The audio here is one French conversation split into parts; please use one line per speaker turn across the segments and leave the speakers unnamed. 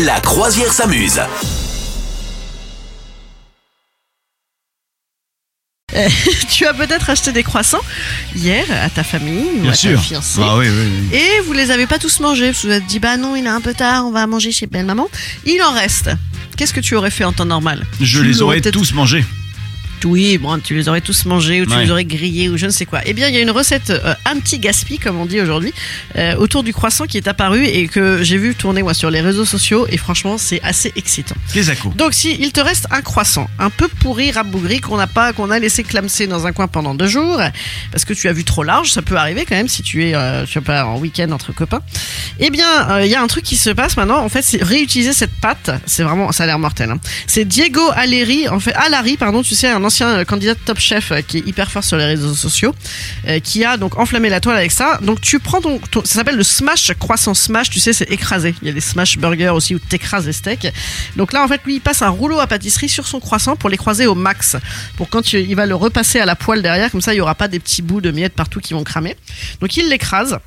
La croisière s'amuse.
tu as peut-être acheté des croissants hier à ta famille ou
Bien
à
sûr.
ta fiancée.
Ah oui, oui, oui.
Et vous les avez pas tous mangés, parce que vous vous êtes dit, bah non, il est un peu tard, on va manger chez belle maman. Il en reste. Qu'est-ce que tu aurais fait en temps normal
Je
Tu
les
l'aurais
aurais
peut-être-
tous mangés.
Oui, bon, tu les aurais tous mangés ou tu
Ouais.
les aurais grillés ou je ne sais quoi. Eh bien, il y a une recette euh, anti-gaspi, comme on dit aujourd'hui, euh, autour du croissant qui est apparue et que j'ai vu tourner moi sur les réseaux sociaux et franchement, c'est assez excitant.
Les accos.
Donc si il te reste un croissant, un peu pourri, rabougri qu'on n'a pas, qu'on a laissé clamser dans un coin pendant deux jours, parce que tu as vu trop large, ça peut arriver quand même si tu es, euh, je sais pas, en week-end entre copains. Eh bien, euh, il y a un truc qui se passe maintenant. En fait, c'est réutiliser cette pâte. C'est vraiment, ça a l'air mortel. hein. C'est Diego Aleri, en fait, Alari, pardon, tu sais, un ancien euh, candidat de Top Chef euh, qui est hyper fort sur les réseaux sociaux, euh, qui a donc enflammé la toile avec ça. Donc tu prends ton, ton- ça s'appelle le smash croissant smash. Tu sais, c'est écrasé. Il y a des smash burgers aussi où t'écrases les steaks. Donc là, en fait, lui, il passe un rouleau à pâtisserie sur son croissant pour les croiser au max. Pour quand tu- il va le repasser à la poêle derrière, comme ça, il n'y aura pas des petits bouts de miettes partout qui vont cramer. Donc il l'écrase.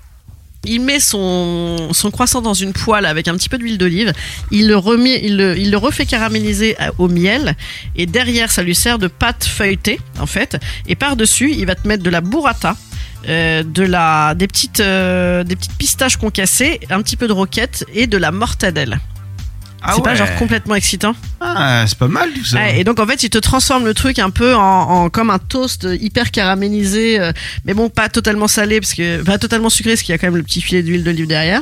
Il met son, son croissant dans une poêle avec un petit peu d'huile d'olive. Il le remet, il le, il le refait caraméliser à- au miel. Et derrière, ça lui sert de pâte feuilletée, en fait. Et par-dessus, il va te mettre de la burrata. euh, de la des petites euh, des petites pistaches concassées, un petit peu de roquette et de la mortadelle.
Ah
c'est pas
ouais.
genre complètement excitant
Ah, c'est pas mal tout ça.
Ouais, et donc en fait, il te transforme le truc un peu en, en- comme un toast hyper caramélisé, euh, mais bon, pas totalement salé parce que pas totalement sucré parce qu'il y a quand même le petit filet d'huile d'olive derrière.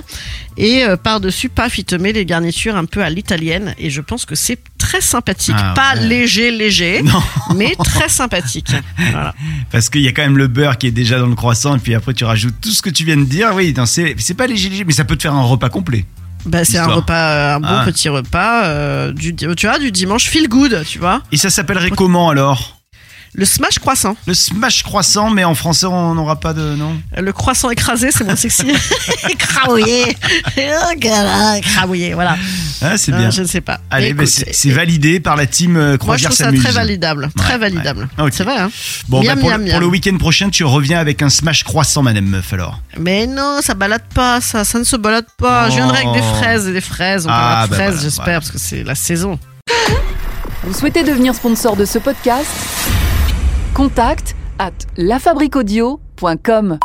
Et euh, par dessus, paf, il te met les garnitures un peu à l'italienne. Et je pense que c'est très sympathique,
Ah
pas
ouais.
léger, léger,
Non,
mais très sympathique. Voilà.
parce qu'il y a quand même le beurre qui est déjà dans le croissant, et puis après tu rajoutes tout ce que tu viens de dire. Oui, non, c'est c'est pas léger, léger, mais ça peut te faire un repas complet.
Bah, c'est un
Histoire.
repas, euh, un bon
Ah.
petit repas euh, du, tu vois, du dimanche feel good, tu vois.
Et ça s'appellerait comment alors
Le smash croissant,
Le smash croissant, mais en français on n'aura pas de nom.
le croissant écrasé, c'est mon sexy. Écrabouillé, écrabouillé, voilà.
Ah, c'est
Euh,
bien.
Je ne sais pas.
Allez,
Écoute,
bah, c'est c'est validé par la team euh,
Moi, je
Croisière
trouve ça
s'amuse.
très validable. Très
Ouais,
validable.
ouais. Ok.
C'est vrai, hein
Bon, bah,
Miam,
pour,
miam,
le,
miam.
pour le week-end prochain, tu reviens avec un smash croissant, Madame Meuf, alors.
Mais non, ça balade pas, ça. Ça ne se balade pas. Je
Oh.
viendrai avec des fraises et des fraises. On
Ah,
parlera de
bah
fraises,
voilà,
j'espère,
voilà.
parce que c'est la saison.
Vous souhaitez devenir sponsor de ce podcast Contact à lafabriquaudio.com.